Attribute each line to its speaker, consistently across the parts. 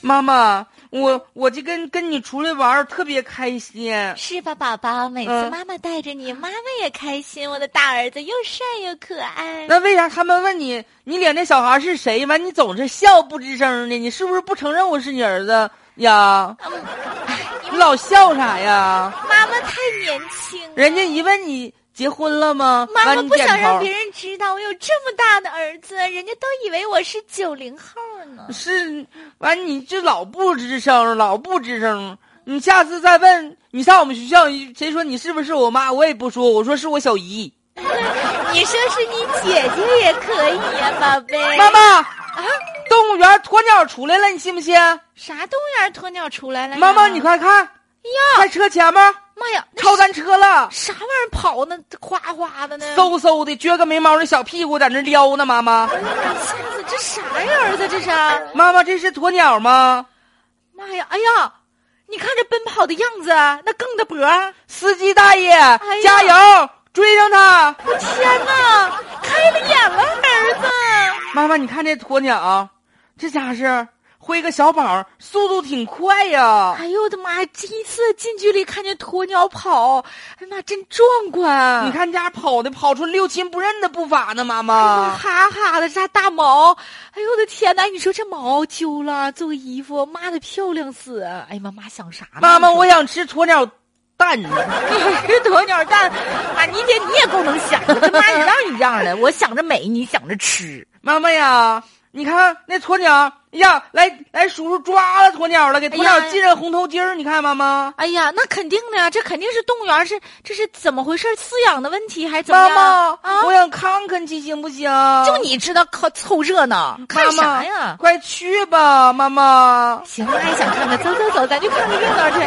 Speaker 1: 妈妈，我我这跟跟你出来玩儿特别开心。
Speaker 2: 是吧，宝宝？每次
Speaker 1: 嗯
Speaker 2: 妈妈带着你，妈妈也开心。我的大儿子又帅又可爱。
Speaker 1: 那为啥他们问你，你领那小孩是谁？完，你总是笑不吱声的，你是不是不承认我是你儿子呀？
Speaker 2: 嗯
Speaker 1: 你老笑啥呀？
Speaker 2: 妈妈太年轻了，
Speaker 1: 人家一问你结婚了吗？
Speaker 2: 妈妈
Speaker 1: 完你
Speaker 2: 不
Speaker 1: 点
Speaker 2: 想让
Speaker 1: 头
Speaker 2: 别人知道我有这么大的儿子，人家都以为我是九零后 呢。
Speaker 1: 是，完你这老不吱声，老不吱声。你下次再问，你上我们学校，谁说你是不是我妈，我也不说，我说是我小姨。
Speaker 2: 你说是你姐姐也可以呀、宝贝。
Speaker 1: 妈妈，
Speaker 2: 啊，
Speaker 1: 动物园鸵鸟出来了，你信不信？
Speaker 2: 啥动物园鸵鸟出来了呀？
Speaker 1: 妈妈，你快看，
Speaker 2: 呀，
Speaker 1: 快车前面
Speaker 2: 妈呀，那
Speaker 1: 超咱车了。
Speaker 2: 啥玩意儿跑呢？哗哗的呢？
Speaker 1: 嗖嗖的撅个眉毛的小屁股在那撩呢，妈妈，
Speaker 2: 哎呀吓死！这啥呀，儿子？这是？
Speaker 1: 妈妈这是鸵鸟吗？
Speaker 2: 妈呀！哎呀，你看这奔跑的样子，啊那梗的脖儿。
Speaker 1: 司机大爷，
Speaker 2: 哎呀
Speaker 1: 加油，追上它！
Speaker 2: 我天哪，开了眼了，儿
Speaker 1: 妈妈，你看这鸵鸟，这家是挥个小膀，速度挺快呀
Speaker 2: 子！。哎呦我的妈！第一次近距离看见鸵鸟跑，哎妈，真壮观！啊
Speaker 1: 你看家跑的跑出六亲不认的步伐呢，妈
Speaker 2: 哎呀
Speaker 1: 妈。
Speaker 2: 哈哈的扎大毛，哎呦我的天呐！你说这毛揪了做个衣服，妈的漂亮死！哎呀妈，妈想啥呢？
Speaker 1: 妈妈，我想吃鸵鸟蛋。
Speaker 2: 是鸵鸟蛋，妈你姐你也够能想的，跟妈一样一样的。我想着美，你想着吃。
Speaker 1: 妈妈呀，你看那鸵鸟哎呀，来来，叔叔抓了鸵鸟了，给鸵
Speaker 2: 哎
Speaker 1: 鸟
Speaker 2: 呀
Speaker 1: 系上红头巾儿，你看妈妈。
Speaker 2: 哎呀，那肯定的呀，这肯定是动物园是这是怎么回事？饲养的问题还是怎么
Speaker 1: 妈
Speaker 2: 样？
Speaker 1: 妈，
Speaker 2: 啊，
Speaker 1: 我想看看去，行不行？
Speaker 2: 就你知道靠凑热闹，看
Speaker 1: 妈妈
Speaker 2: 嗯啥呀？嗯
Speaker 1: 快去吧，妈妈。
Speaker 2: 行，妈也想看看，走走走，咱去看个热闹 去。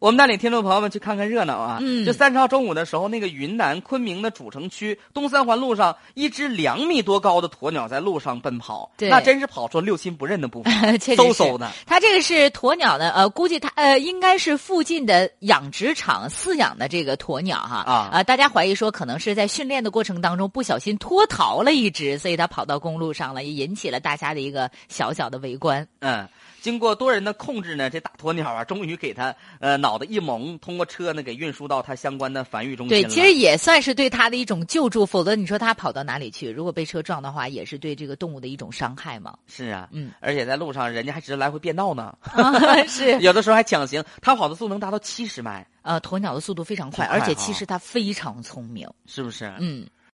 Speaker 1: 我们带领听众朋友们去看看热闹啊！
Speaker 2: 嗯
Speaker 1: 就三十号中午的时候，那个云南昆明的主城区东三环路上，一只两米多高的鸵鸟在路上奔跑，
Speaker 2: 对
Speaker 1: 那真是跑出六亲不认的步伐，
Speaker 2: 确实
Speaker 1: 嗖
Speaker 2: 是
Speaker 1: 嗖的。
Speaker 2: 它这个是鸵鸟的，呃，估计它呃应该是附近的养殖场饲养的这个鸵鸟哈
Speaker 1: 啊
Speaker 2: 呃大家怀疑说可能是在训练的过程当中不小心脱逃了一只，所以它跑到公路上了，也引起了大家的一个小小的围观。
Speaker 1: 嗯，经过多人的控制呢，这大鸵鸟啊，终于给它呃脑袋一蒙，通过车呢给运输到它相关的繁育中心
Speaker 2: 对，
Speaker 1: 了。
Speaker 2: 其实也算是对它的一种救助，否则你说它跑到哪里去？如果被车撞的话，也是对这个动物的一种伤害嘛。
Speaker 1: 是啊，
Speaker 2: 嗯，
Speaker 1: 而且在路上人家还直接来回变道呢，
Speaker 2: 是，
Speaker 1: 有的时候还抢行，它跑的速度能达到七十迈，
Speaker 2: 呃，鸵鸟的速度非常
Speaker 1: 挺
Speaker 2: 快，
Speaker 1: 快
Speaker 2: 而且
Speaker 1: 哈
Speaker 2: 其实它非常聪明。
Speaker 1: 是不是？
Speaker 2: 嗯，